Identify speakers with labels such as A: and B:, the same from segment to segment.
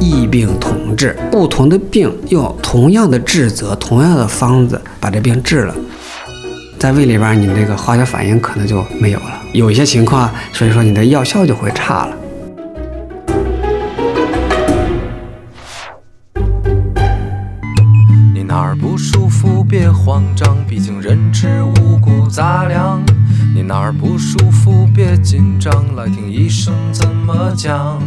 A: 异病同治，不同的病用同样的治则、同样的方子把这病治了，在胃里边你那个化学反应可能就没有了。有一些情况，所以说你的药效就会差了。
B: 你哪儿不舒服别慌张，毕竟人吃五谷杂粮。你哪儿不舒服别紧张，来听医生怎么讲。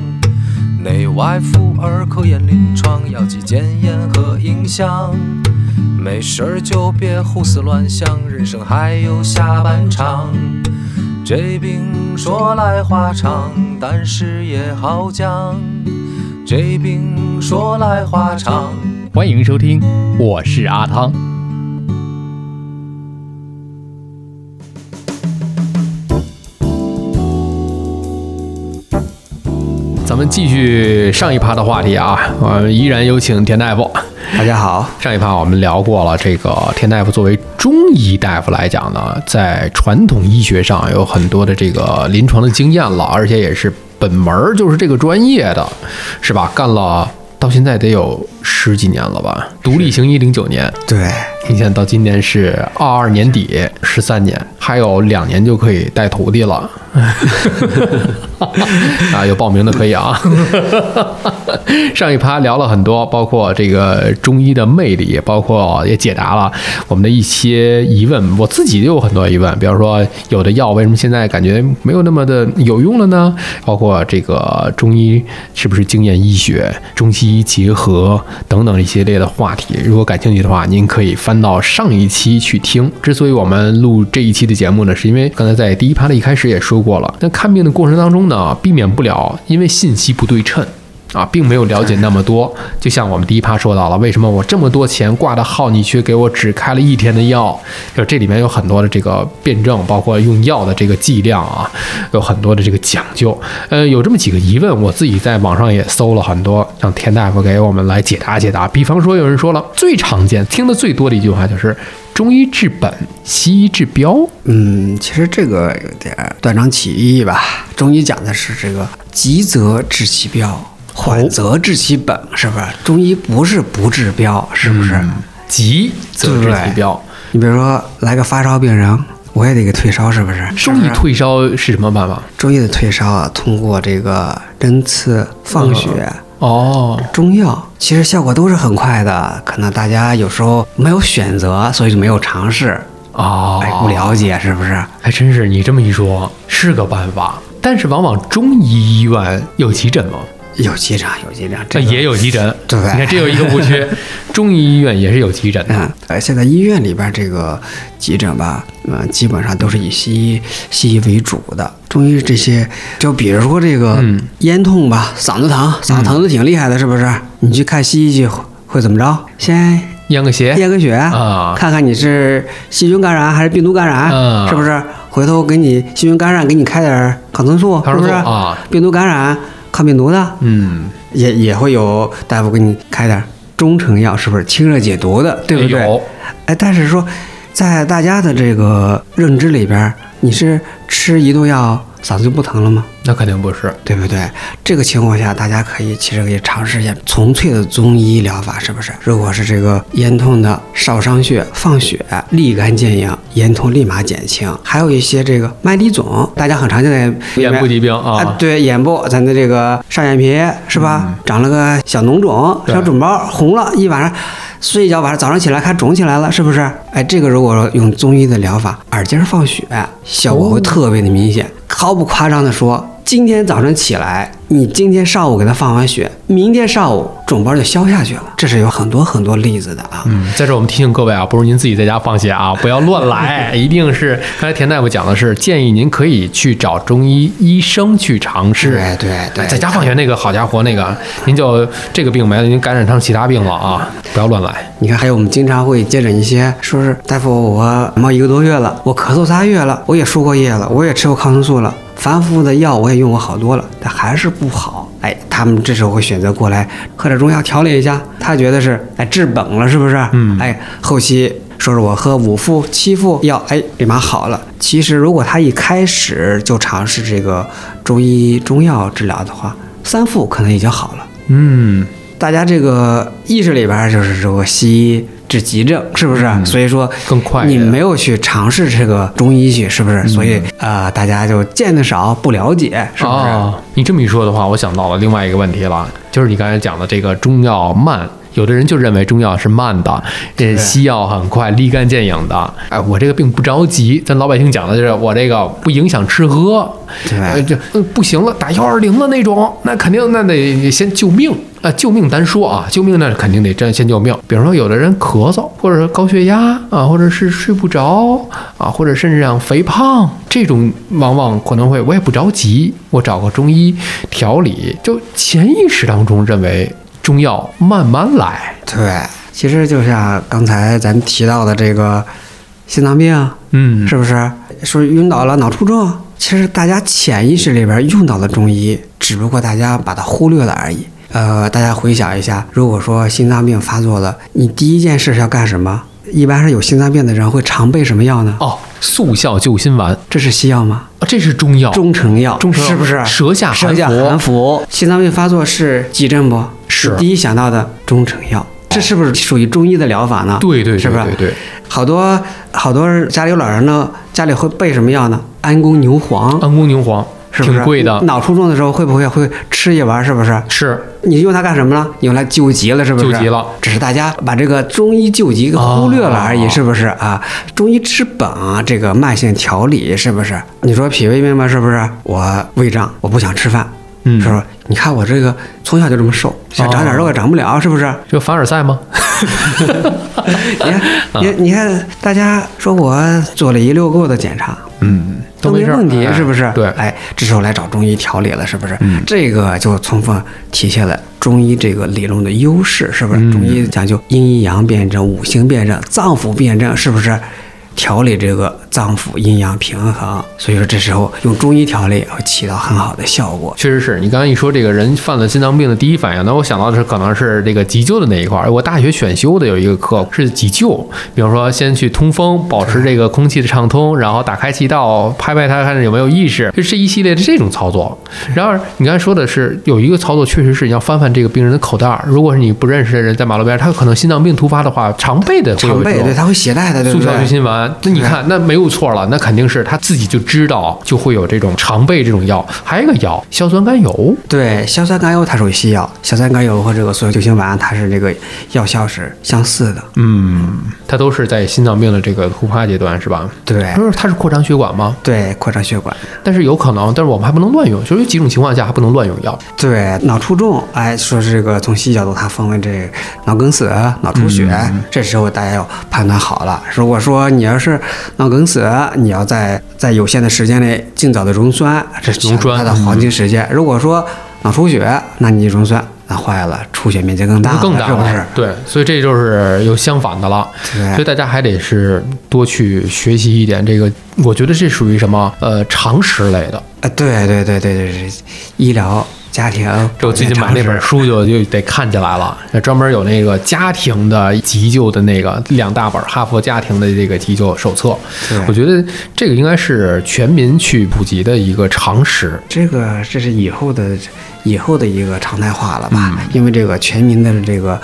B: 内外妇儿科眼临床，药剂检验和影像。没事儿就别胡思乱想，人生还有下半场。这病说来话长，但是也好讲。这病说来话长。
C: 欢迎收听，我是阿汤。咱们继续上一趴的话题啊，呃，依然有请田大夫。
A: 大家好，
C: 上一趴我们聊过了，这个田大夫作为中医大夫来讲呢，在传统医学上有很多的这个临床的经验了，而且也是本门儿就是这个专业的，是吧？干了到现在得有十几年了吧？独立行医零九年，
A: 对，
C: 你现在到今年是二二年底，十三年，还有两年就可以带徒弟了。 啊，有报名的可以啊。 上一趴聊了很多，包括这个中医的魅力，包括也解答了我们的一些疑问。我自己也有很多疑问，比方说有的药为什么现在感觉没有那么的有用了呢？包括这个中医是不是经验医学、中西医结合等等一系列的话题。如果感兴趣的话，您可以翻到上一期去听。之所以我们录这一期的节目呢，是因为刚才在第一趴的一开始也说过了，那看病的过程当中呢，避免不了因为信息不对称。啊，并没有了解那么多。就像我们第一趴说到了，为什么我这么多钱挂的号，你却给我只开了一天的药？就这里面有很多的这个辩证，包括用药的这个剂量啊，有很多的这个讲究。呃，有这么几个疑问，我自己在网上也搜了很多，让田大夫给我们来解答解答。比方说，有人说了，最常见、听得最多的一句话就是“中医治本，西医治标
A: 嗯，其实这个有点断章取义吧。中医讲的是这个急则治其标，缓则治其本，是不是？中医不是不治标，是不是？”，
C: 急则治其标。
A: 你比如说来个发烧病人，我也得给退烧，是不是？
C: 中医退烧是什么办法？
A: 中医的退烧啊，通过这个针刺、放血、
C: 哦，
A: 中药，其实效果都是很快的。可能大家有时候没有选择，所以就没有尝试，
C: 哦，
A: 哎，不了解是不是？
C: 还真是，你这么一说是个办法，但是往往中医医院有急诊吗？
A: 有急诊，有急诊，
C: 这
A: 这个
C: 也有急诊，
A: 对
C: 你看这有一个误区，中医医院也是有急诊的。
A: 嗯，呃，现在医院里边这个急诊吧，嗯、基本上都是以西医西医为主的，中医这些，就比如说这个
C: 嗯
A: 咽痛吧，嗓子疼，嗓子疼的挺厉害的，是不是？你去看西医去会会怎么着？先
C: 验个血，
A: 验个血
C: 哎啊
A: 看看你是细菌感染还是病毒感染，
C: 啊
A: 是不是？回头给你细菌感染，给你开点儿抗生素，
C: 抗
A: 是不
C: 生素
A: 是？
C: 啊，
A: 病毒感染抗病毒的，
C: 嗯，
A: 也也会有大夫给你开点儿中成药，是不是清热解毒的，对不对？
C: 有
A: 哎，但是说，在大家的这个认知里边儿，你是吃一顿药嗓子就不疼了吗？
C: 那肯定不是。
A: 对不对？这个情况下，大家可以其实可以尝试一下纯粹的中医疗法，是不是？如果是这个咽痛的少商穴放血，立竿见影，咽痛立马减轻。还有一些这个麦粒肿，大家很常见的
C: 眼部疾病
A: 啊
C: 啊，，嗯
A: 对眼部，咱的这个上眼皮是吧，长了个小脓肿、
C: 对
A: 小肿包，红了，一晚上睡一觉，晚上早上起来看肿起来了，是不是？哎，这个如果说用中医的疗法，耳尖放血，效果
C: 哦
A: 会特别的明显。毫不夸张的说，今天早晨起来，你今天上午给它放完血，明天上午肿包就消下去了，这是有很多很多例子的啊。
C: 嗯，在这儿我们提醒各位啊，不如您自己在家放血啊，不要乱来，一定是刚才田大夫讲的是建议您可以去找中医医生去尝试。
A: 对对对，
C: 在家放血那个好家伙，那个啊您就这个病没了，您感染上其他病了啊，不要乱来。
A: 你看，还有我们经常会接诊一些，说是大夫，我感冒一个多月了，我咳嗽仨月了，我也输过液了，我也吃过抗生素了，反复的药我也用过好多了，但还是不好。哎，他们这时候会选择过来喝点中药调理一下，他觉得是哎治本了，是不是？嗯，哎，后期说是我喝五副、七副药，哎，立马好了。其实如果他一开始就尝试这个中医中药治疗的话，三副可能也就好了。
C: 嗯，
A: 大家这个意识里边儿就是这个西医治急症，是不是？啊所以说
C: 嗯更快嗯一
A: 你
C: 点
A: 没有去尝试这个中医去，是不是？所以呃，大家就见的少，不了解，是不是？
C: 哦你这么一说的话，我想到了另外一个问题了，就是你刚才讲的这个中药慢。有的人就认为中药是慢的，这西药很快，立竿见影的。哎，我这个并不着急。咱老百姓讲的就是我这个不影响吃喝，
A: 对
C: 呃这、嗯不行了，打幺二零的那种，那肯定那得先救命啊！救命单说啊，救命那肯定得真先救命。比如说有的人咳嗽，或者是高血压啊，或者是睡不着啊，或者甚至像肥胖这种，往往可能会我也不着急，我找个中医调理。就潜意识当中认为中药慢慢来，
A: 对，其实就像刚才咱提到的这个心脏病，
C: 嗯，
A: 是不是？说晕倒了、脑出症，其实大家潜意识里边用到的中医，只不过大家把它忽略了而已。呃，大家回想一下，如果说心脏病发作了，你第一件事是要干什么？一般是有心脏病的人会常备什么药呢？
C: 哦，速效救心丸，
A: 这是西药吗？
C: 啊这是中药，
A: 中成药，
C: 中成药
A: 是不是？
C: 舌下含
A: 舌下
C: 服
A: 含服。心脏病发作是急症不？
C: 是哦
A: 你第一想到的中成药，这是不是属于中医的疗法呢？
C: 对对对
A: 是不是
C: 对对，
A: 好多好多家里有老人呢，家里会备什么药呢？安宫牛黄，
C: 安宫牛黄
A: 是不是嗯
C: 挺贵的，
A: 脑出症的时候会不会会吃一丸？是不是？
C: 是
A: 你用它干什么了？用来救急了，是不是？
C: 救急了，
A: 只是大家把这个中医救急给忽略了而已，
C: 哦
A: 是不是啊？中医治本啊，这个慢性调理是不是？你说脾胃病吧，是不是？我胃胀，我不想吃饭，
C: 嗯
A: 是不是？你看我这个从小就这么瘦，想长点肉也长不了，是不是？
C: 这凡尔赛吗？
A: 你看，你你看，大家说我做了一溜够的检查，
C: 嗯，
A: 都
C: 没
A: 没
C: 事儿
A: 问题
C: 哎，
A: 是不是？
C: 对，嗯
A: 哎，这时候来找中医调理了，是不是？这个就充分体现了中医这个理论的优势，是不是？
C: 嗯
A: 中医讲究阴阳辩证、五行辩证、脏腑辩证，是不是？调理这个脏腑阴阳平衡，所以说这时候用中医调理会起到很好的效果。
C: 确实是你刚才一说这个人犯了心脏病的第一反应，那我想到的是可能是这个急救的那一块儿。我大学选修的有一个课是急救，比方说先去通风，保持这个空气的畅通，然后打开气道，拍拍它看有没有意识，就这一系列的这种操作。然而你刚才说的是有一个操作，确实是你要翻翻这个病人的口袋儿，如果是你不认识的人在马路边儿，他可能心脏病突发的话，常备的会
A: 常
C: 有一
A: 备
C: 种
A: 对，它会携带的，对
C: 速
A: 不
C: 效救
A: 对？
C: 心丸，那你看，那没有错了，那肯定是他自己就知道就会有这种常备这种药，还有一个药硝酸甘油，
A: 对，硝酸甘油它属于西药，硝酸甘油和这个速效救心丸它是这个药效是相似的。
C: 嗯，它都是在心脏病的这个突发阶段是吧？
A: 对
C: 不是，它是扩张血管吗？
A: 对，扩张血管。
C: 但是有可能，但是我们还不能乱用，就是有几种情况下还不能乱用药。
A: 对，脑出众，哎，说是这个从西医角度，它分为这脑梗死、脑出血，
C: 嗯
A: 这时候大家要判断好了。如果说你要是脑梗死，你要在在有限的时间内尽早的溶栓，这是
C: 溶栓
A: 它的黄金时间。
C: 嗯
A: 如果说脑出血，那你溶栓，那坏了，出血面积更大了，
C: 更大
A: 是不
C: 了
A: 是？
C: 对，所以这就是有相反的了。
A: 对
C: 所以大家还得是多去学习一点这个，我觉得这属于什么？呃，常识类的。
A: 啊，对对对对对对，医疗、家庭，
C: 这我最近买那本书就就得看起来了，专门有那个家庭的急救的那个两大本儿哈佛家庭的这个急救手册
A: 对，
C: 我觉得这个应该是全民去普及的一个常识。
A: 这个这是以后的以后的一个常态化了吧？
C: 嗯
A: 因为这个全民的这个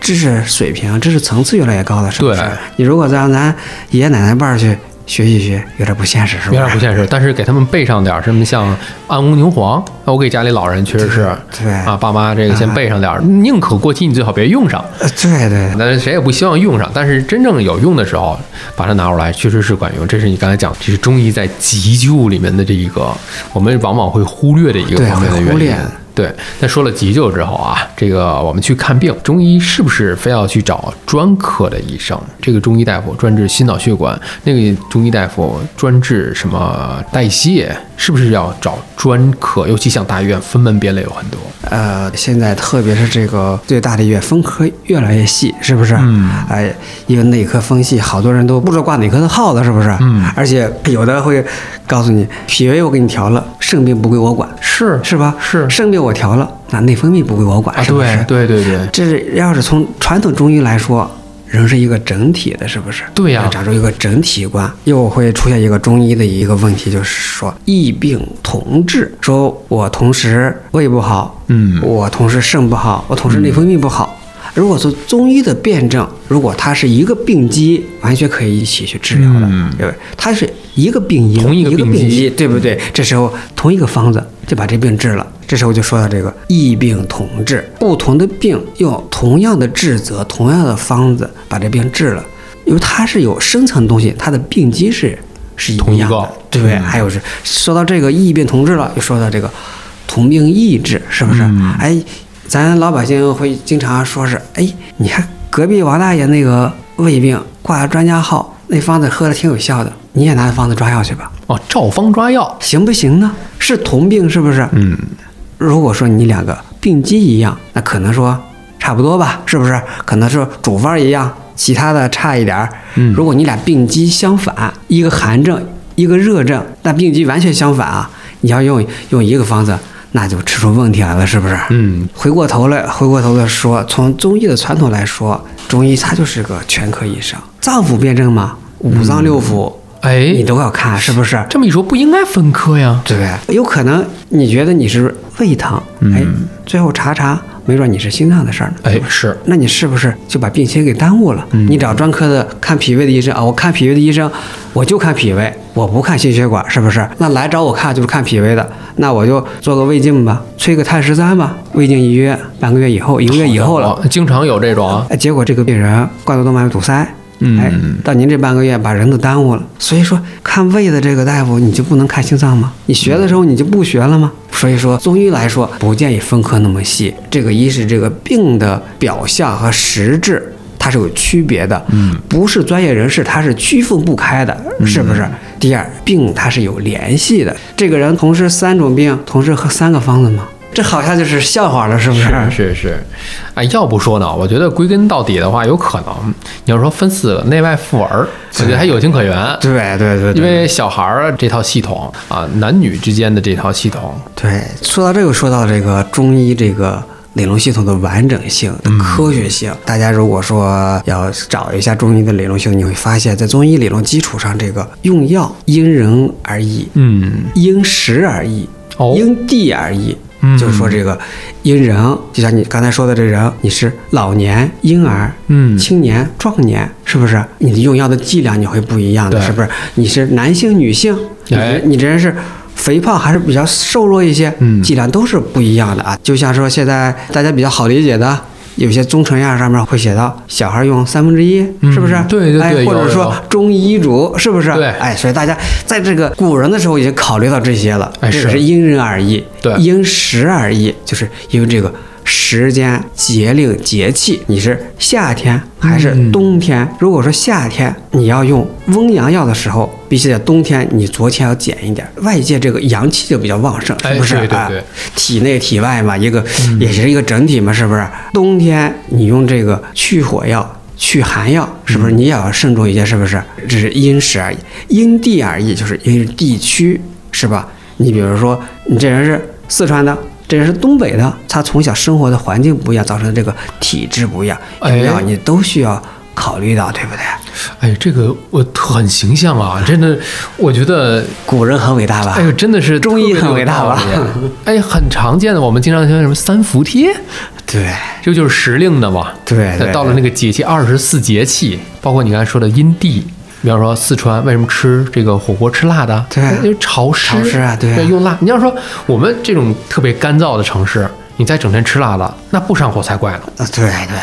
A: 知识水平、知识层次越来越高了，是不是
C: 对？
A: 你如果让咱爷爷奶奶辈儿去学一学，有点不现实，是
C: 有
A: 不
C: 点
A: 是？
C: 不现实，但是给他们备上点儿什么像安宫牛黄，那我给家里老人确实是，
A: 对
C: 啊，爸妈这个先备上点儿，宁可过期你最好别用上，
A: 呃 对对
C: 但是谁也不希望用上，但是真正有用的时候把它拿出来，确实是管用。这是你刚才讲，这是中医在急救里面的这一个，我们往往会忽略的一个
A: 对
C: 方面的
A: 会忽
C: 原因
A: 略。
C: 对，那说了急救之后啊，这个我们去看病，中医是不是非要去找专科的医生？这个中医大夫专治心脑血管，那个中医大夫专治什么代谢，是不是要找专科？尤其像大医院，分门别类有很多。
A: 呃，现在特别是这个最大的医院分科越来越细，是不是？嗯，哎，一个内科分系，好多人都不知道挂哪科的号了，是不是？嗯，而且有的会告诉你，脾胃我给你调了，肾病不归我管，
C: 是
A: 是吧？
C: 是
A: 肾病我调了，那内分泌不归我管，
C: 啊，
A: 是不是？
C: 对对对对，
A: 这是要是从传统中医来说，人是一个整体的，是不是？
C: 对呀
A: 要找出一个整体观，又会出现一个中医的一个问题，就是说异病同治，说我同时胃不好，
C: 嗯
A: 我同时肾不好，我同时内分泌不好。如果说中医的辩证，如果它是一个病机，完全可以一起去治疗的，
C: 嗯
A: 对不对？它是一个病因，
C: 同一
A: 一
C: 个
A: 病
C: 病机
A: 机，对不对？这时候同一个方子就把这病治了。这时候就说到这个异病同治，不同的病用同样的治则、同样的方子把这病治了，因为它是有深层东西，它的病机是是一
C: 同一
A: 样
C: 个嗯
A: 的，对不对？还有是说到这个异病同治了，又说到这个同病异治，是不是？
C: 嗯
A: 哎，咱老百姓会经常说是，哎，你看隔壁王大爷那个胃病挂了专家号，那方子喝的挺有效的，你也拿那方子抓药去吧，
C: 哦，照方抓药，
A: 行不行呢？是同病是不是？
C: 嗯，
A: 如果说你两个病机一样，那可能说差不多吧，是不是？可能是主方一样，其他的差一点儿。
C: 嗯
A: 如果你俩病机相反，一个寒症，一个热症，那病机完全相反啊！你要用用一个方子，那就吃出问题来了，是不是？
C: 嗯，
A: 回过头来，回过头来说，从中医的传统来说，中医它就是个全科医生，脏腑辩证嘛，五脏六腑、
C: 哎
A: 你，都要看，是不是？
C: 这么一说不应该分科呀？
A: 对不对？有可能你觉得你是胃疼，哎，最后查查，没准你是心脏的事儿呢。
C: 哎，是，
A: 那你是不是就把病情给耽误了？你找专科的看脾胃的医生啊，我看脾胃的医生，我就看脾胃，我不看心血管，是不是？那来找我看就是看脾胃的，那我就做个胃镜吧，吹个碳十三吧，胃镜一约，半个月以后，一个月以后了。
C: 哦，经常有这种啊。
A: 哎，结果这个病人冠状动脉堵塞，
C: 嗯
A: 哎，到您这半个月把人都耽误了。所以说，看胃的这个大夫，你就不能看心脏吗？你学的时候你就不学了吗？所以说，中医来说不建议分科那么细。这个一是这个病的表象和实质。它是有区别的，嗯，不是专业人士，他是区分不开的，
C: 嗯
A: 是不是？第二，病它是有联系的，这个人同时三种病，同时喝三个方子吗？这好像就是笑话了，是不是？
C: 是是，哎，要不说呢，我觉得归根到底的话，有可能你要说分四个内外妇儿，我觉得还有情可原。
A: 对对对对，
C: 因为小孩儿这套系统啊，男女之间的这套系统，
A: 对，说到这个，说到这个中医这个理论系统的完整性、科学性，大家如果说要找一下中医的理论性，你会发现在中医理论基础上，这个用药因人而异，
C: 嗯，
A: 因时而异，
C: 哦
A: 因地而异。
C: 嗯
A: 就是说这个因人，啊就像你刚才说的，这人你是老年、婴儿、
C: 嗯
A: 青年、壮年，是不是？你的用药的剂量你会不一样的，
C: 对
A: 是不是？你是男性、女性，你这
C: 哎
A: 你这人是肥胖还是比较瘦弱一些，
C: 嗯
A: 剂量都是不一样的啊。就像说现在大家比较好理解的。有些中成药上面会写到小孩用三分之一，
C: 嗯
A: 是不是？
C: 对对
A: 哎
C: 对
A: 或
C: 有
A: 者说
C: 有
A: 中医医嘱是不是？
C: 对
A: 哎，所以大家在这个古人的时候已经考虑到这些了，
C: 哎
A: 这个
C: 是
A: 是因人而异，
C: 对
A: 因时而异，就是因为这个时间、节令、节气，你是夏天还是
C: 嗯
A: 冬天？如果说夏天你要用温阳药的时候，比起在冬天，你酌情要减一点，外界这个阳气就比较旺盛，
C: 哎
A: 是不是？
C: 对对
A: 啊
C: 对
A: 体内体外嘛，一个
C: 嗯
A: 也是一个整体嘛，是不是？冬天你用这个去火药。去寒药是
C: 嗯
A: 不是你也要慎重一些？是不是？这是因时而异，因地而异，就是因为地区是吧？你比如说，你这人是四川的，这人是东北的，他从小生活的环境不一样，造成的这个体质不一样，
C: 哎
A: 用药你都需要考虑到，对不对？
C: 哎，这个我很形象啊，真的，我觉得
A: 古人很伟大吧？
C: 哎呦，真的是
A: 中医
C: 特别
A: 很
C: 有
A: 伟大
C: 道
A: 吧
C: 理？哎，很常见的，我们经常听什么三伏贴，
A: 对
C: 这就是时令的嘛。
A: 对
C: 那
A: 对，
C: 到了那个节气，二十四节气，包括你刚才说的因地，比方说四川为什么吃这个火锅吃辣的？
A: 对啊
C: 因为潮湿，
A: 潮湿啊对啊
C: 用辣。你要说我们这种特别干燥的城市，你再整天吃辣的，那不上火才怪呢。
A: 啊对对。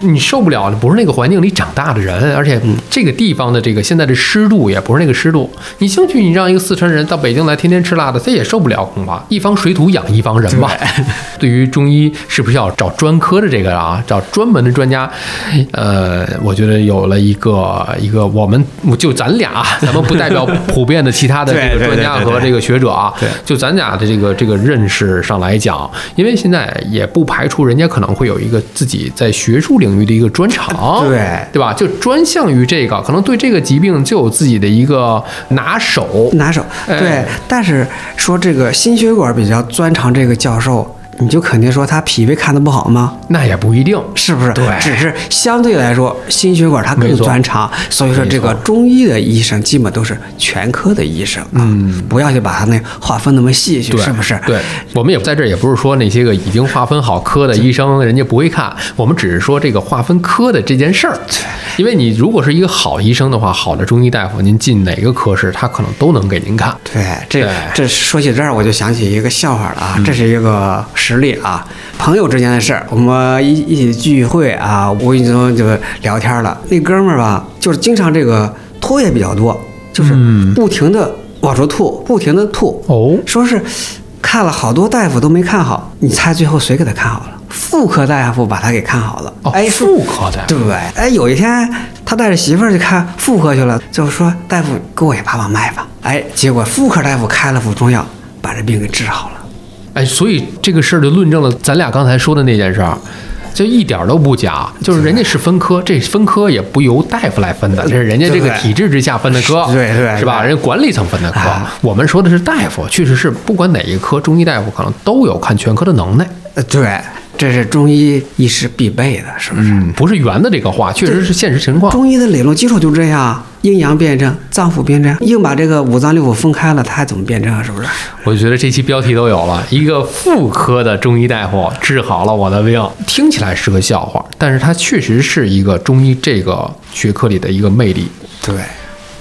C: 你受不了，不是那个环境里长大的人，
A: 嗯
C: 而且这个地方的这个现在的湿度也不是那个湿度。你兴许你让一个四川人到北京来天天吃辣的，他也受不了，恐怕一方水土养一方人嘛。 对于中医是不是要找专科的这个啊，找专门的专家？ 呃，我觉得有了一个一个，我们就咱俩啊，咱们不 代表普遍的其他的这
A: 对
C: 个
A: 对
C: 专家
A: 对对
C: 和
A: 对
C: 这个学者啊，
A: 对
C: 就咱俩的这个这个认识上来讲，因为现在也不排除人家可能会有一个自己在学术领域的一个专长，
A: 对
C: 对吧？就专项于这个，可能对这个疾病就有自己的一个拿手。
A: 拿手。
C: 哎
A: 对，但是说这个心血管比较专长这个教授，你就肯定说他脾胃看的不好吗？
C: 那也不一定。
A: 是不是？
C: 对
A: 只是相对来说，心血管它
C: 没
A: 更
C: 错
A: 专长，所以说这个中医的医生基本都是全科的医生啊，不要去把它那划分那么细去，
C: 嗯对，
A: 是不是？
C: 对，我们也在这儿也不是说那些个已经划分好科的医生人家不会看，我们只是说这个划分科的这件事儿。因为你如果是一个好医生的话，好的中医大夫，您进哪个科室，他可能都能给您看。
A: 对，这
C: 对嗯
A: 这说起这儿，我就想起一个笑话了啊，这是一个实例啊，朋友之间的事儿，我们一一起聚会啊，无意中就聊天了。那哥们儿吧，就是经常这个吐也比较多，就是
C: 嗯
A: 不停的往出吐，不停的吐，
C: 哦
A: 说是看了好多大夫都没看好，你猜最后谁给他看好了？妇科大夫把他给看好了。
C: 哦
A: 哎，说
C: 妇科大夫
A: 对不对？哎，有一天他带着媳妇儿去看妇科去了，就说大夫给我也把把脉吧。哎，结果妇科大夫开了副中药，把这病给治好了。
C: 哎，所以这个事儿就论证了咱俩刚才说的那件事儿。就一点儿都不假，就是人家是分科，这分科也不由大夫来分的，这是人家这个
A: 对
C: 体制之下分的科，
A: 对对
C: 是吧？
A: 对
C: 人家管理层分的科
A: 啊。
C: 我们说的是大夫，确实是不管哪一科，中医大夫可能都有看全科的能耐。
A: 呃，对，这是中医医师必备的，是不是？
C: 嗯，不是圆的这个话，确实是现实情况。
A: 中医的理论基础就这样，阴阳辩证、脏腑辩证，硬把这个五脏六腑分开了，他还怎么辩证啊？是不是？
C: 我觉得这期标题都有了，一个妇科的中医大夫治好了我的病，听起来是个笑话，但是它确实是一个中医这个学科里的一个魅力。
A: 对，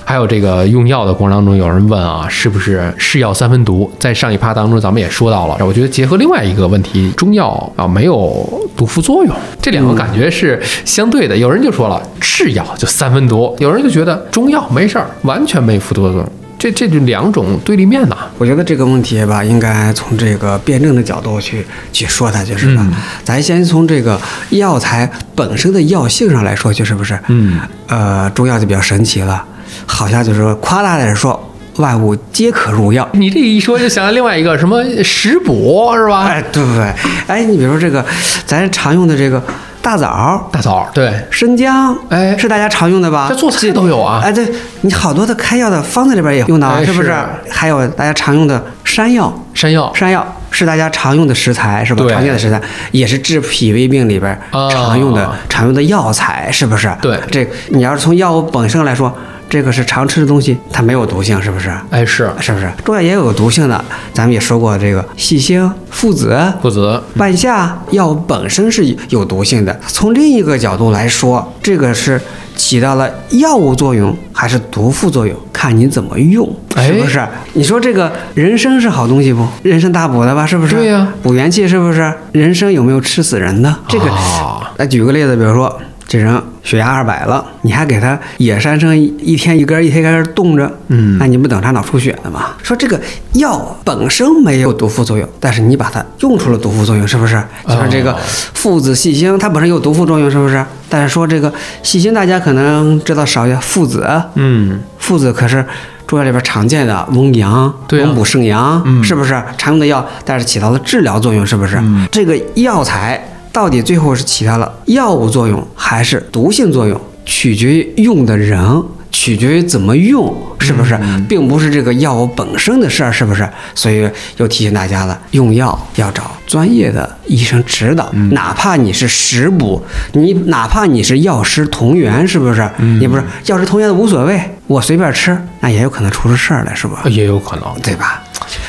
C: 还有这个用药的过程当中，有人问啊，是不是是药三分毒？在上一趴当中，咱们也说到了。我觉得结合另外一个问题，中药啊没有毒副作用，这两个感觉是相对的。有人就说了，是药就三分毒；有人就觉得中药没事儿，完全没副作用。这这就两种对立面呐、
A: 我觉得这个问题吧，应该从这个辩证的角度去去说它，就是了。
C: 嗯
A: 咱先从这个药材本身的药性上来说去，是不是？
C: 嗯，
A: 呃，中药就比较神奇了，好像就是夸大点说，万物皆可入药。
C: 你这一说，就想到另外一个什么食补是吧？
A: 哎，对不对？哎，你比如说这个，咱常用的这个大枣、
C: 大枣对，
A: 生姜，
C: 哎
A: 是大家常用的吧？
C: 这做菜都有啊。
A: 哎，对你好多的开药的方子里边也用到，
C: 哎
A: 是不
C: 是
A: 是？还有大家常用的山药，
C: 山药
A: 山药是大家常用的食材，是吧？
C: 哦对
A: 常见的食材，也是治脾胃病里边儿
C: 啊
A: 常用的、常用的药材，是不是？
C: 对
A: 这个你要是从药物本身来说，这个是常吃的东西，它没有毒性，是不是？
C: 哎是
A: 是不是？中药也有毒性的，咱们也说过这个细辛、附子。
C: 附子，
A: 半夏药本身是有毒性的，从另一个角度来说，这个是起到了药物作用还是毒副作用，看你怎么用，
C: 哎
A: 是不是？你说这个人参是好东西不？人参大补的吧，是不是？
C: 对呀
A: 啊补元气是不是？人参有没有吃死人的？这个
C: 啊
A: 来举个例子，比如说这人血压二百了，你还给他野山参一天一根儿，一天一根儿冻着，嗯，那你不等他脑出血了吗？说这个药本身没有毒副作用，但是你把它用出了毒副作用，是不是？
C: 哦
A: 就是这个附子、细辛，它本身有毒副作用，是不是？但是说这个细辛，大家可能知道少一些，附子，啊
C: 嗯，
A: 附子可是中药里边常见的温阳、
C: 对啊
A: 温补肾阳，
C: 嗯
A: 是不是常用的药？但是起到了治疗作用，是不是？这个药材到底最后是起到了药物作用还是毒性作用，取决于用的人。取决于怎么用，是不是，并不是这个药物本身的事儿，是不是？所以又提醒大家了，用药要找专业的医生指导，哪怕你是食补，你哪怕你是药食同源，是不是？你不是药食同源的无所谓，我随便吃，那也有可能出出事儿来，是吧？
C: 哎也有可能。
A: 对吧？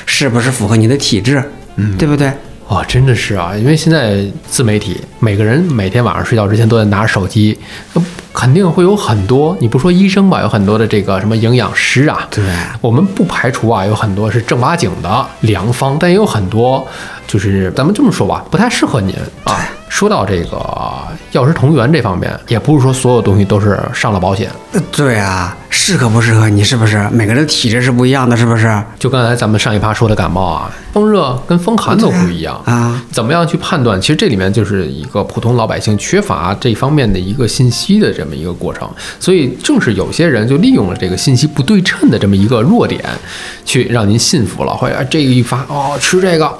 A: 是不是符合你的体质？嗯，对不对？
C: 啊，真的是啊，因为现在自媒体，每个人每天晚上睡觉之前都在拿手机，呃肯定会有很多，你不说医生吧，有很多的这个什么营养师啊，
A: 对
C: 我们不排除啊，有很多是正八经的良方，但也有很多就是咱们这么说吧，不太适合您啊。说到这个药食同源这方面，也不是说所有东西都是上了保险。
A: 呃对啊，适合不适合你是不是？每个人的体质是不一样的，是不是？
C: 就刚才咱们上一趴说的感冒啊，风热跟风寒都不一样
A: 对啊。
C: 怎么样去判断？其实这里面就是一个普通老百姓缺乏这方面的一个信息的这么一个过程，所以正是有些人就利用了这个信息不对哎称的这么一个弱点，去让您信服了，会啊这个一发哦吃这个。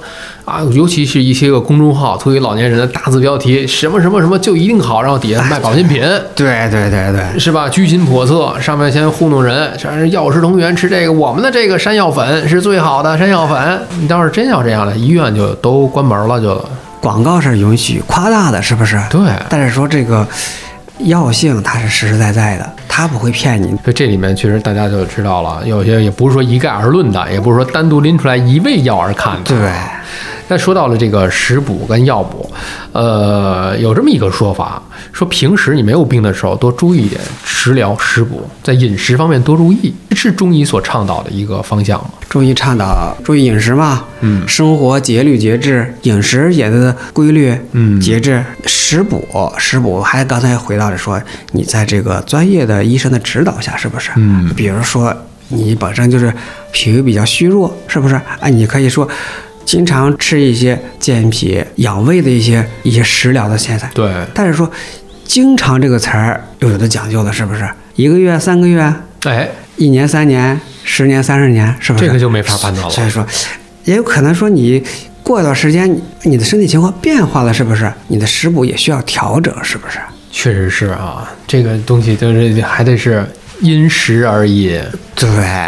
C: 啊，尤其是一些个公众号推给老年人的大字标题，什么什么什么就一定好，然后底下卖保健品。
A: 对对对对，
C: 是吧？居心叵测，上面先糊弄人，啥是药食同源，吃这个，我们的这个山药粉是最好的山药粉。你要是真要这样了，医院就都关门了，就
A: 广告是允许夸大的，是不是？
C: 对。
A: 但是说这个药性它是实实在在的，它不会骗你。
C: 所以这里面其实大家就知道了，有些也不是说一概而论的，也不是说单独拎出来一味药而看的。
A: 对，
C: 那说到了这个食补跟药补，呃，有这么一个说法，说平时你没有病的时候多注意一点食疗、食补，在饮食方面多注意，这是中医所倡导的一个方向吗？
A: 中医倡导注意饮食嘛，嗯，生活节律节制，饮食也是规律，
C: 嗯
A: 节制。食补，食补还刚才回到了说，你在这个专业的医生的指导下，是不是？
C: 嗯
A: 比如说你本身就是脾胃比较虚弱，是不是？哎，你可以说。经常吃一些健脾养胃的一些一些食疗的现材，
C: 对，
A: 但是说“经常”这个词儿又有的讲究了，是不是？一个月、三个月、
C: 哎，
A: 一年、三年、十年、三十年，是不是？
C: 这个就没法办到了
A: 所。以说，也有可能说你过一段时间，你你的身体情况变化了，是不是？你的食补也需要调整，是不是？
C: 确实是啊，这个东西就是还得是因时而异，
A: 对，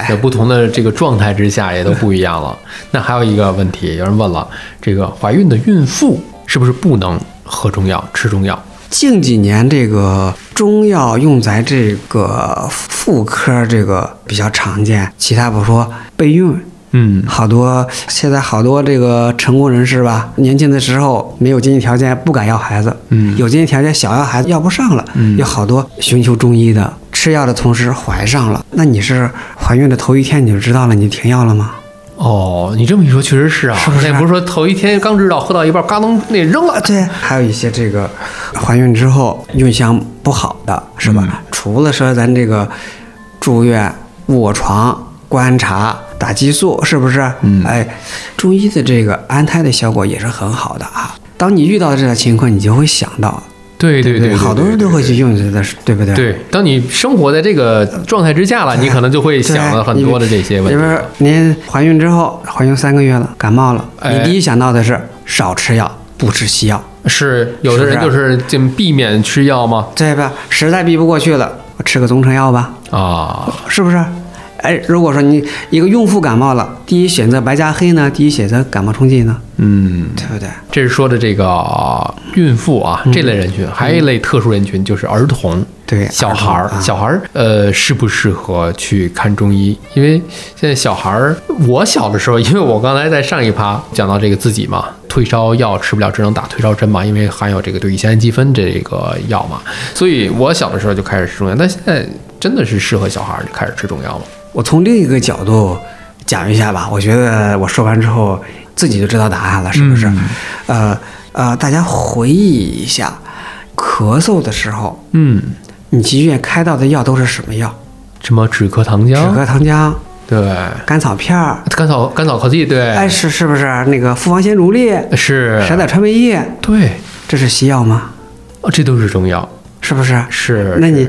C: 在不同的这个状态之下也都不 一样了。那还有一个问题，有人问了，这个怀孕的孕妇是不是不能喝中药、吃中药？
A: 近几年这个中药用在这个妇科这个比较常见，其他不说，备孕
C: 嗯，
A: 好多现在好多这个成功人士吧，年轻的时候没有经济条件，不敢要孩子，
C: 嗯
A: 有经济条件想要孩子要不上了，
C: 嗯
A: 有好多寻求中医的，吃药的同时怀上了，那你是怀孕的头一天你就知道了，你停药了吗？
C: 哦，你这么一说确实是啊，
A: 是不是
C: 那不是说头一天刚知道喝到一半，嘎噔那扔了，
A: 对，还有一些这个怀孕之后孕象不好的是吧？除了说咱这个住院、卧床、观察、打激素，是不是？
C: 嗯
A: 哎，中医的这个安胎的效果也是很好的啊。当你遇到这种情况，你就会想到，
C: 对对
A: 不好多人都会去用这个，对不对？
C: 对，当你生活在这个状态之下了，你可能就会
A: 对。
C: 想了很多的这些问
A: 比
C: 题
A: 如
C: 了。
A: 您怀孕之后，怀孕三个月了，感冒了，
C: 哎
A: 你第一想到的是少吃药，不吃西药。
C: 是，有的人
A: 是啊
C: 就
A: 不
C: 是尽避免吃药吗？
A: 对吧？实在避不过去了，我吃个中成药吧，
C: 啊，
A: 是不是？哎，如果说你一个孕妇感冒了，第一选择白加黑呢，第一选择感冒冲剂呢，
C: 嗯，
A: 对不对？
C: 这是说的这个呃孕妇啊这类人群，还有一类特殊人群就是儿童。
A: 嗯对，
C: 小孩儿
A: 儿，童啊
C: 小孩儿，呃，适不适合去看中医？因为现在小孩儿，我小的时候， 因为我刚才在上一趴讲到这个自己嘛，退烧药吃不了，只能打退烧针嘛，因为含有这个对乙酰氨基酚这个药嘛，所以我小的时候就开始吃中药。但现在真的是适合小孩儿就开始吃中药吗？
A: 我从另一个角度讲一下吧，我觉得我说完之后自己就知道答案了，是不是？呃呃，大家回忆一下，咳嗽的时候，
C: 嗯，
A: 你去医院开到的药都是什么药？
C: 什么止咳糖
A: 止
C: 浆？
A: 咳糖浆、
C: 对，
A: 甘草片儿，
C: 甘草甘草咳剂，对，
A: 哎，是是不是那个复方仙竹沥、
C: 是，
A: 闪胆川贝叶？
C: 对，
A: 这是西药吗？
C: 哦这都是中药，
A: 是不是？
C: 是。
A: 那
C: 是
A: 你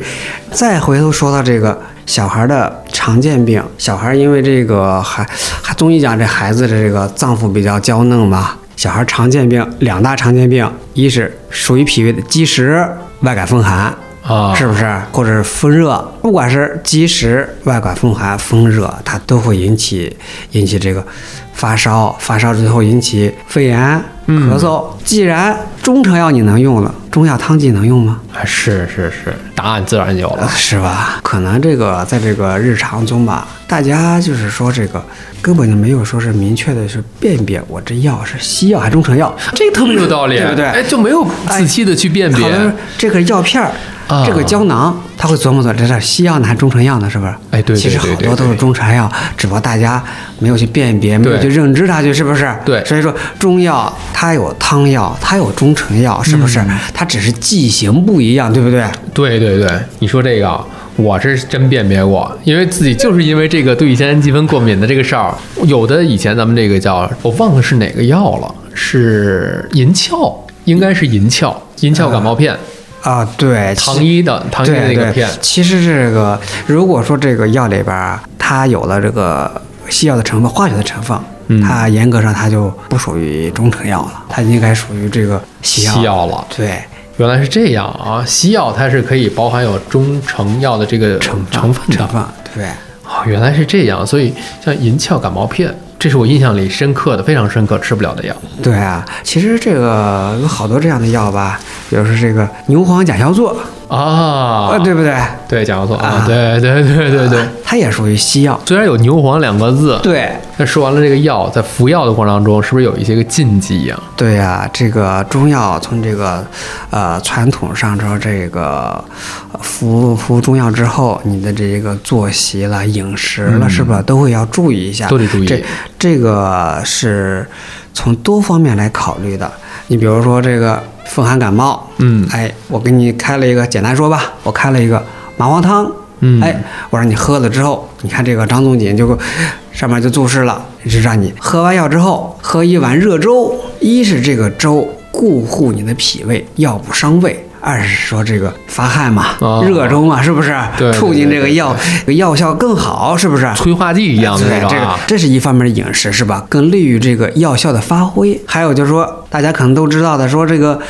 A: 再回头说到这个小孩的常见病，小孩因为这个还还中医讲这孩子的这个脏腑比较娇嫩嘛，小孩常见病两大常见病，一是属于脾胃的积食、外感风寒，
C: 啊，
A: 是不是？或者是风热，不管是积食、外感风寒、风热，它都会引起引起这个发烧，发烧之后引起肺炎、咳嗽。
C: 嗯
A: 既然中成药你能用了，中药汤剂能用吗？
C: 啊，是是是，答案自然有了。
A: 是吧？可能这个在这个日常中吧，大家就是说这个根本就没有说是明确的是辨别我这药是西药还是中成药，
C: 这个特别有道理，
A: 对不对
C: 哎，就没有仔细的去辨别
A: 好。多这个药片儿
C: 啊。
A: 这个胶囊，他会琢磨琢磨，这是西药呢还是中成药呢？是不是？
C: 哎对对
A: 其实好
C: 对对
A: 多都是
C: 对
A: 中成药，只不过大家没有去辨别，没有
C: 对
A: 去认知它去，是不是？
C: 对
A: 所以说中药它有汤药，它有中成药，是不是？
C: 嗯
A: 它只是剂型不一样，对不对？
C: 对对对，你说这个啊，我是真辨别过，因为自己就是因为这个对乙酰氨基酚过敏的这个事儿，有的以前咱们这个叫我忘了是哪个药了，是银翘，应该是银翘，银翘感冒片，
A: 啊，对，其
C: 唐医的唐医的
A: 对
C: 那个
A: 对，
C: 片，
A: 其实这个，如果说这个药里边儿它有了这个西药的成分、化学的成分，
C: 嗯
A: 它严格上它就不属于中成药了，它应该属于这个西药。
C: 西药了
A: 对，
C: 原来是这样啊！西药它是可以包含有中成药的这个成成分的
A: 成分对。
C: 哦，原来是这样，所以像银翘感冒片，这是我印象里深刻的、非常深刻吃不了的药。
A: 对啊，其实这个有好多这样的药吧，比如说这个牛黄甲硝唑，
C: 啊，
A: 呃，对不对？
C: 对，甲硝唑
A: 啊，
C: 啊对对对对对。
A: 它也属于西药。
C: 虽然有牛黄两个字，
A: 对，
C: 那说完了这个药，在服药的过程当中，是不是有一些个禁忌呀、
A: 对呀、这个中药从这个，呃，传统上说这个呃服服中药之后，你的这个作息啦、饮食啦，是吧，都会要注意一下。
C: 嗯都得注意
A: 这这个是从多方面来考虑的。你比如说这个风寒感冒，
C: 嗯
A: 哎，我给你开了一个，简单说吧，我开了一个麻黄汤，
C: 嗯
A: 哎，我让你喝了之后，你看这个张仲景就上面就注释了，是让你喝完药之后喝一碗热粥，一是这个粥固护你的脾胃，药不伤胃。二是说这个发汗嘛，
C: 哦
A: 热粥嘛，是不是
C: 对对
A: 促进
C: 对
A: 这个
C: 对
A: 药药效更好？是不是？
C: 催化剂一样的
A: 啊对，
C: 那种
A: 这个
C: 啊？
A: 这是一方面的饮食是吧？更利于这个药效的发挥。还有就是说，大家可能都知道的，说这个，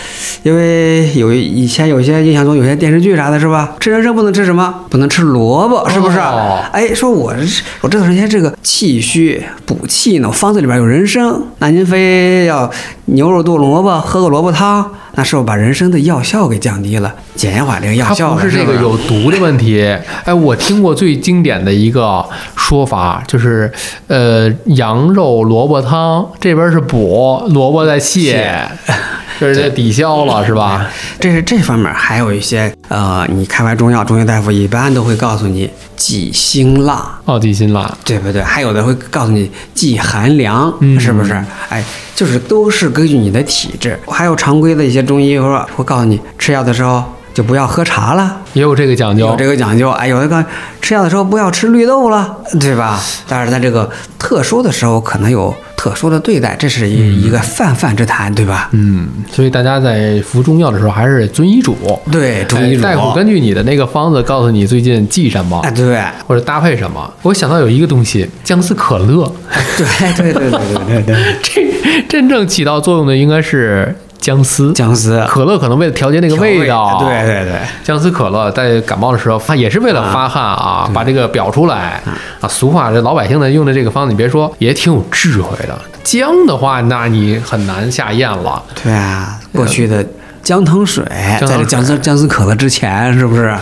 A: 因为有以前有些印象中有些电视剧啥的是吧？吃人参不能吃什么？不能吃萝卜，是不是？
C: 哦
A: 哎，说我这我这段时间这个气虚补气呢，我方子里边有人参，那您非要牛肉炖萝卜喝个萝卜汤，那是不是把人参的药效给降低了，减缓这个药
C: 它
A: 效
C: 不
A: 了？
C: 是这个
A: 不
C: 有毒的问题。哎，我听过最经典的一个说法，就是呃，羊肉萝卜汤这边是补，萝卜在泻， 就是这抵消了，是吧？
A: 这是这方面，还有一些呃，你开完中药，中医大夫一般都会告诉你忌辛辣，
C: 奥地辛辣，
A: 对不对？还有的会告诉你忌寒凉，
C: 嗯
A: 是不是？哎，就是都是根据你的体质，还有常规的一些中医说会告诉你吃药的时候就不要喝茶了。
C: 也有这个讲
A: 有
C: 究
A: 这。个讲究，哎，有的个吃药的时候不要吃绿豆了，对吧？但是在这个特殊的时候，可能有特殊的对待，这是一一个泛泛之谈，对吧？
C: 嗯，所以大家在服中药的时候还是遵医嘱。
A: 对，中医
C: 哎
A: 主
C: 大夫根据你的那个方子告诉你最近忌什么
A: 哎，，对，
C: 或者搭配什么。我想到有一个东西，姜丝可乐，
A: 对对对对对对对，
C: 这真正起到作用的应该是姜丝。
A: 姜丝
C: 可乐可能为了调节那个
A: 调味
C: 道，
A: 对对对，
C: 姜丝可乐在感冒的时候，它也是为了发汗啊，把这个表出来啊。俗话，这老百姓呢用的这个方子，你别说，也挺有智慧的。姜的话，那你很难下咽了。
A: 对啊，过去的姜糖水，
C: 姜糖
A: 在
C: 水
A: 这姜丝姜丝可乐之前，是不是？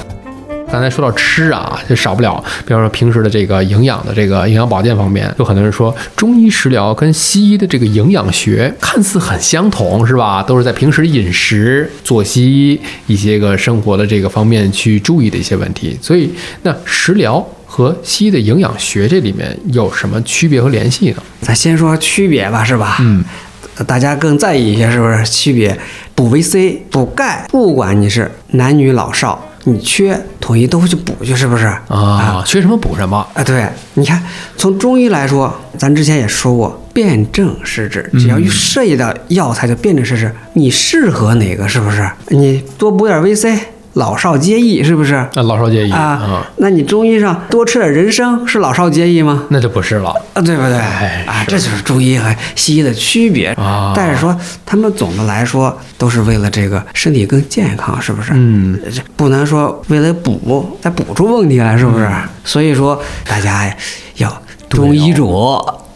C: 刚才说到吃啊，就少不了，比方说平时的这个营养的这个营养保健方面，有很多人说中医食疗跟西医的这个营养学看似很相同，是吧？都是在平时饮食、作息一些个生活的这个方面去注意的一些问题。所以，那食疗和西医的营养学这里面有什么区别和联系呢？
A: 咱先说区别吧，是吧？
C: 嗯，
A: 大家更在意一些，是不是？区别补维 C、补钙，不管你是男女老少，你缺统一都会去补去，是不是？
C: 啊，缺什么补什么。
A: 啊，对，你看，从中医来说，咱之前也说过，辩证施治，只要一涉及到药材，就辩证施治，你适合哪个，是不是？你多补点维 C，老少皆宜，是不是？
C: 那老少皆宜
A: 啊
C: 哎啊，，
A: 那你中医上多吃点人参，是老少皆宜吗？
C: 那就不是了。
A: 啊，对不对？
C: 哎
A: 啊，
C: 是
A: 这就是中医和西医的区别。
C: 啊
A: 但是说他们总的来说都是为了这个身体更健康，是不是？
C: 嗯，
A: 这不能说为了补再补出问题来，是不是？
C: 嗯
A: 所以说大家呀要中医主，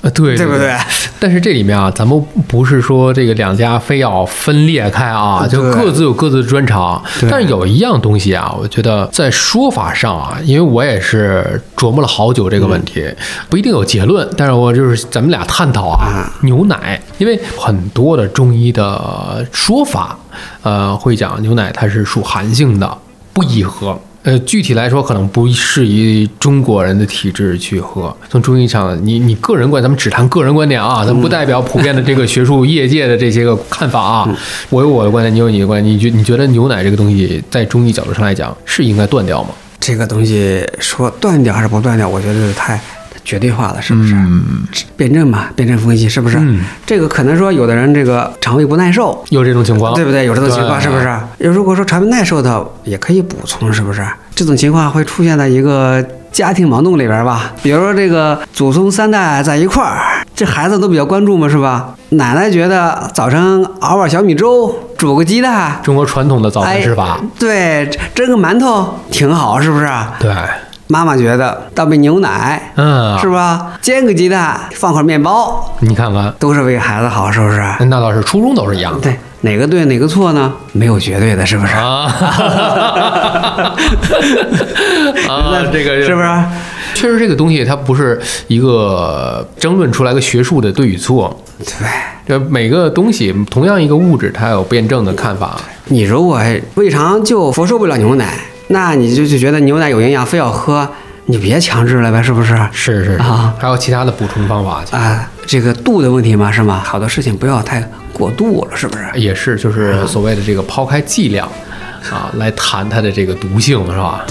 C: 呃，对，
A: 对不对？
C: 但是这里面啊，咱们不是说这个两家非要分裂开啊，就
A: 对
C: 各自有各自的专长。
A: 对
C: 但是有一样东西啊，我觉得在说法上啊，因为我也是琢磨了好久这个问题，
A: 嗯
C: 不一定有结论，但是我就是咱们俩探讨啊，
A: 嗯
C: 牛奶，因为很多的中医的说法，呃，会讲牛奶它是属寒性的，不宜喝。呃，具体来说，可能不适宜中国人的体质去喝。从中医上，你你个人观，咱们只谈个人观点
A: 嗯
C: 啊，咱们不代表普遍的这个学术业界的这些个看法啊。
A: 嗯
C: 我有我的观点，你有你的观点。你觉你觉得牛奶这个东西，在中医角度上来讲，是应该断掉吗？
A: 这个东西说断掉还是不断掉，我觉得太绝对化了，是不是？辩证嘛，辩证分析是不是？
C: 嗯
A: 这个可能说有的人这个肠胃不耐受，
C: 有这种情况，
A: 对不对？有这种情况是不？是？如果说肠胃耐受的，也可以补充，是不是？这种情况会出现在一个家庭矛盾里边吧？比如说这个祖宗三代在一块儿，这孩子都比较关注嘛，是吧？奶奶觉得早晨熬碗小米粥，煮个鸡蛋，
C: 中国传统的早
A: 哎
C: 餐吃法，
A: 对，蒸个馒头挺好，是不是？
C: 对，
A: 妈妈觉得倒杯牛奶，
C: 嗯，
A: 是吧？煎个鸡蛋，放块面包，
C: 你看看，
A: 都是为孩子好，是不是？
C: 那倒是，初衷都是一样的
A: 对，哪个对哪个错呢？没有绝对的，是不是？
C: 啊。 啊，这个
A: 是不是？
C: 确实，这个东西它不是一个争论出来个学术的对与错，
A: 对，
C: 这每个东西同样一个物质，它有辩证的看法。
A: 你如果胃肠就佛受不了牛奶，那你就就觉得牛奶有营养，非要喝，你别强制了呗，是不是？
C: 是是
A: 啊
C: 还有其他的补充方法，
A: 啊，这个度的问题嘛，是吗？好多事情不要太过度了，是不是？
C: 也是就是所谓的这个抛开剂量啊，来谈它的这个毒性，是吧？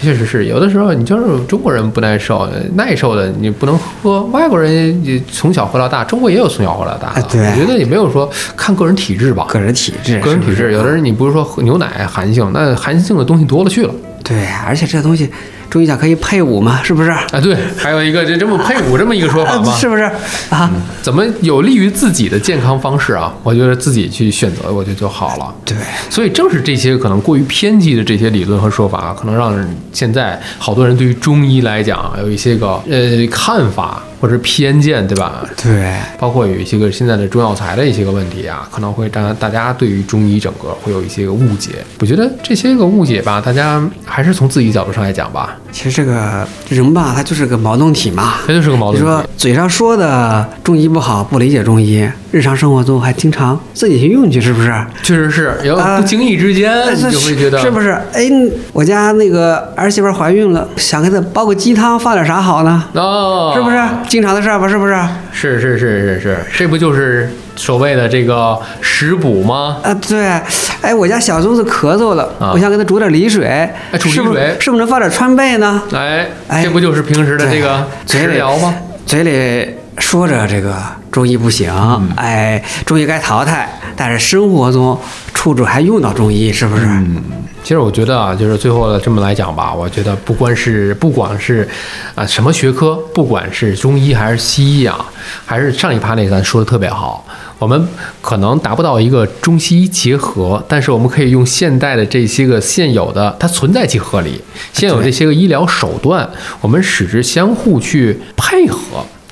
C: 确实是，有的时候你就是中国人不耐受，耐受的你不能喝。外国人也从小喝到大，中国也有从小喝到大的
A: 啊。对
C: 我觉得也没有说看个人体质吧，
A: 个人体质，
C: 个人体
A: 是不
C: 质，
A: 是
C: 有的人你不是说喝牛奶寒性，那寒性的东西多了去了。
A: 对，而且这东西中医讲可以配伍嘛，是不是？
C: 啊，对，还有一个这这么配伍这么一个说法
A: 啊
C: 吗？
A: 是不是啊？
C: 怎么有利于自己的健康方式啊？我觉得自己去选择，我觉得就好了。
A: 对，
C: 所以正是这些可能过于偏激的这些理论和说法，啊可能让现在好多人对于中医来讲有一些个呃看法或者偏见，对吧？
A: 对，
C: 包括有一些个现在的中药材的一些个问题啊，可能会让大家对于中医整个会有一些个误解。我觉得这些个误解吧，大家还是从自己角度上来讲 吧，
A: 其实这个人吧，他就是个矛盾体嘛。
C: 它就是个矛
A: 你
C: 盾
A: 说
C: 点。
A: 嘴上说的中医不好，不理解中医，日常生活中还经常自己去用去，是不是？
C: 确实是，然后
A: 啊
C: 不经意之间
A: 哎
C: 你
A: 这
C: 就会觉得
A: 是不是？哎，我家那个儿媳妇怀孕了，想给她煲个鸡汤，放点啥好呢？
C: 哦，
A: 是不是？经常的事儿吧？是不啊是？
C: 是是是是是，这不就是所谓的这个食补吗？
A: 啊，对，哎，我家小孙子咳嗽了，
C: 啊哎
A: 我想给他煮点梨水，
C: 煮梨
A: 是不
C: 水
A: 是是不是能放点川贝呢？
C: 哎，
A: 哎
C: 这不就是平时的这个
A: 对
C: 食疗吗？
A: 嘴里说着这个中医不行，
C: 嗯
A: 哎，中医该淘汰，但是生活中处处还用到中医，是不是？
C: 其实我觉得啊，就是最后的这么来讲吧，我觉得不光是不管是啊什么学科，不管是中医还是西医啊，还是上一趴那咱说的特别好，我们可能达不到一个中西医结合，但是我们可以用现代的这些个现有的它存在即合理，现有这些个医疗手段，我们使之相互去配合。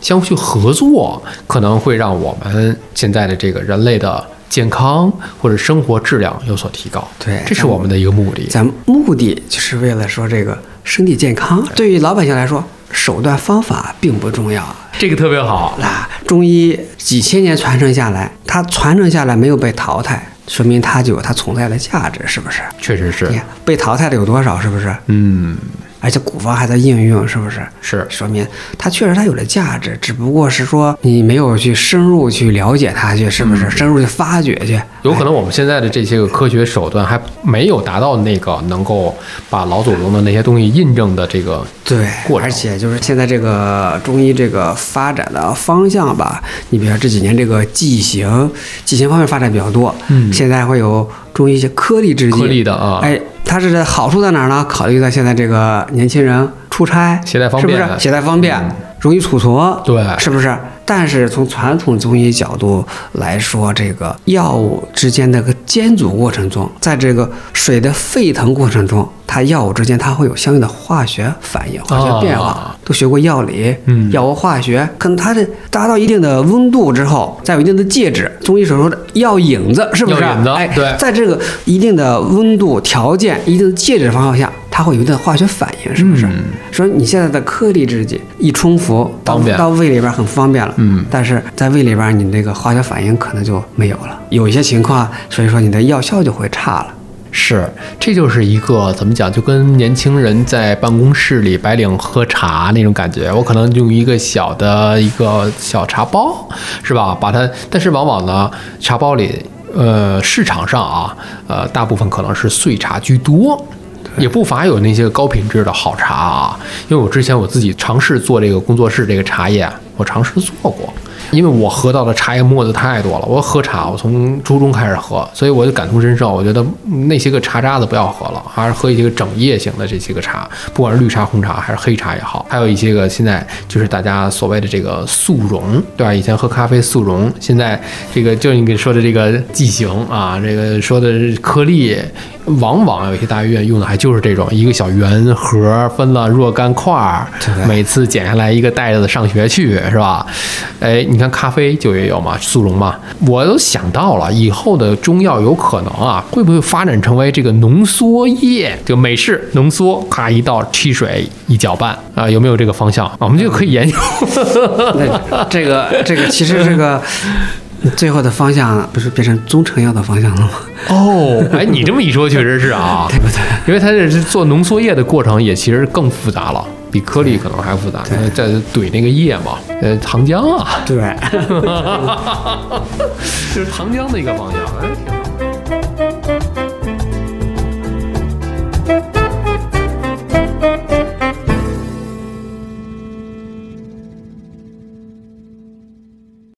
C: 相互去合作，可能会让我们现在的这个人类的健康或者生活质量有所提高。
A: 对
C: 这是我们的一个目的。
A: 咱们目的就是为了说这个身体健康。对于老百姓来说，手段方法并不重要。
C: 这个特别好，
A: 那中医几千年传承下来，它传承下来没有被淘汰，说明它就有它存在的价值，是不是？
C: 确实是
A: 你，看被淘汰的有多少？是不是？
C: 嗯，
A: 而且古方还在应用，是不是？
C: 是
A: 说明它确实它有了价值，只不过是说你没有去深入去了解它去，是不是？深入去发掘去，
C: 嗯有可能我们现在的这些个科学手段还没有达到那个能够把老祖宗的那些东西印证的这个
A: 对
C: 过，程
A: 而且就是现在这个中医这个发展的方向吧，你比如说这几年这个剂型，剂型方面发展比较多，嗯，现在会有中医一些颗粒制剂，
C: 颗粒的啊
A: 哎，它是在好处在哪儿呢？考虑到现在这个年轻人出差
C: 携带方
A: 是不
C: 便嗯
A: 是携带方便，容易储存，
C: 对
A: 是不是？但是从传统中医角度来说，这个药物之间的个煎煮过程中，在这个水的沸腾过程中，它药物之间它会有相应的化学反应、化学变化。
C: 啊
A: 都学过药理、
C: 嗯
A: 药物化学，可能它这达到一定的温度之后，再有一定的介质，中医所说的药引子，是不是？
C: 药引子
A: 哎，
C: 对
A: 在这个一定的温度条件、一定的介质方向下，它会有一定的化学反应，是不是？所以你现在的颗粒制剂一冲服到
C: 嗯方便
A: 到胃里边很方便了，
C: 嗯，
A: 但是在胃里边你那个化学反应可能就没有了，有一些情况，所以说你的药效就会差 了。
C: 是，这就是一个怎么讲，就跟年轻人在办公室里白领喝茶那种感觉。我可能用一个小的一个小茶包，是吧？把它，但是往往呢，茶包里，呃，市场上啊，呃，大部分可能是碎茶居多。也不乏有那些高品质的好茶啊。因为我之前我自己尝试做这个工作室这个茶叶，我尝试做过，因为我喝到的茶叶沫子太多了。我喝茶，我从初中开始喝，所以我就感同身受。我觉得嗯那些个茶渣子不要喝了，还是喝一些个整叶型的这些个茶，不管是绿茶、红茶还是黑茶也好，还有一些个现在就是大家所谓的这个速溶，对吧？以前喝咖啡速溶，现在这个就你跟说的这个剂型啊，这个说的是颗粒，往往有一些大医院用的还就是这种一个小圆盒分了若干块儿
A: 对，
C: 每次剪下来一个袋子上学去，是吧？哎，你看咖啡就也有嘛，速溶嘛，我都想到了，以后的中药有可能啊，会不会发展成为这个浓缩液？就美式浓缩，咔一倒汽水一搅拌啊、有没有这个方向？啊我们就可以研究。
A: 那这个这个其实这个最后的方向不是变成中成药的方向了吗？
C: 哦，哎，你这么一说，确实是啊， 对不对？因为它这是做浓缩液的过程，也其实更复杂了，比颗粒可能还复杂，因为在怼那个液嘛，呃，糖浆啊，
A: 对。
C: 就是糖浆的一个方向，哎，挺好。
D: Thank you.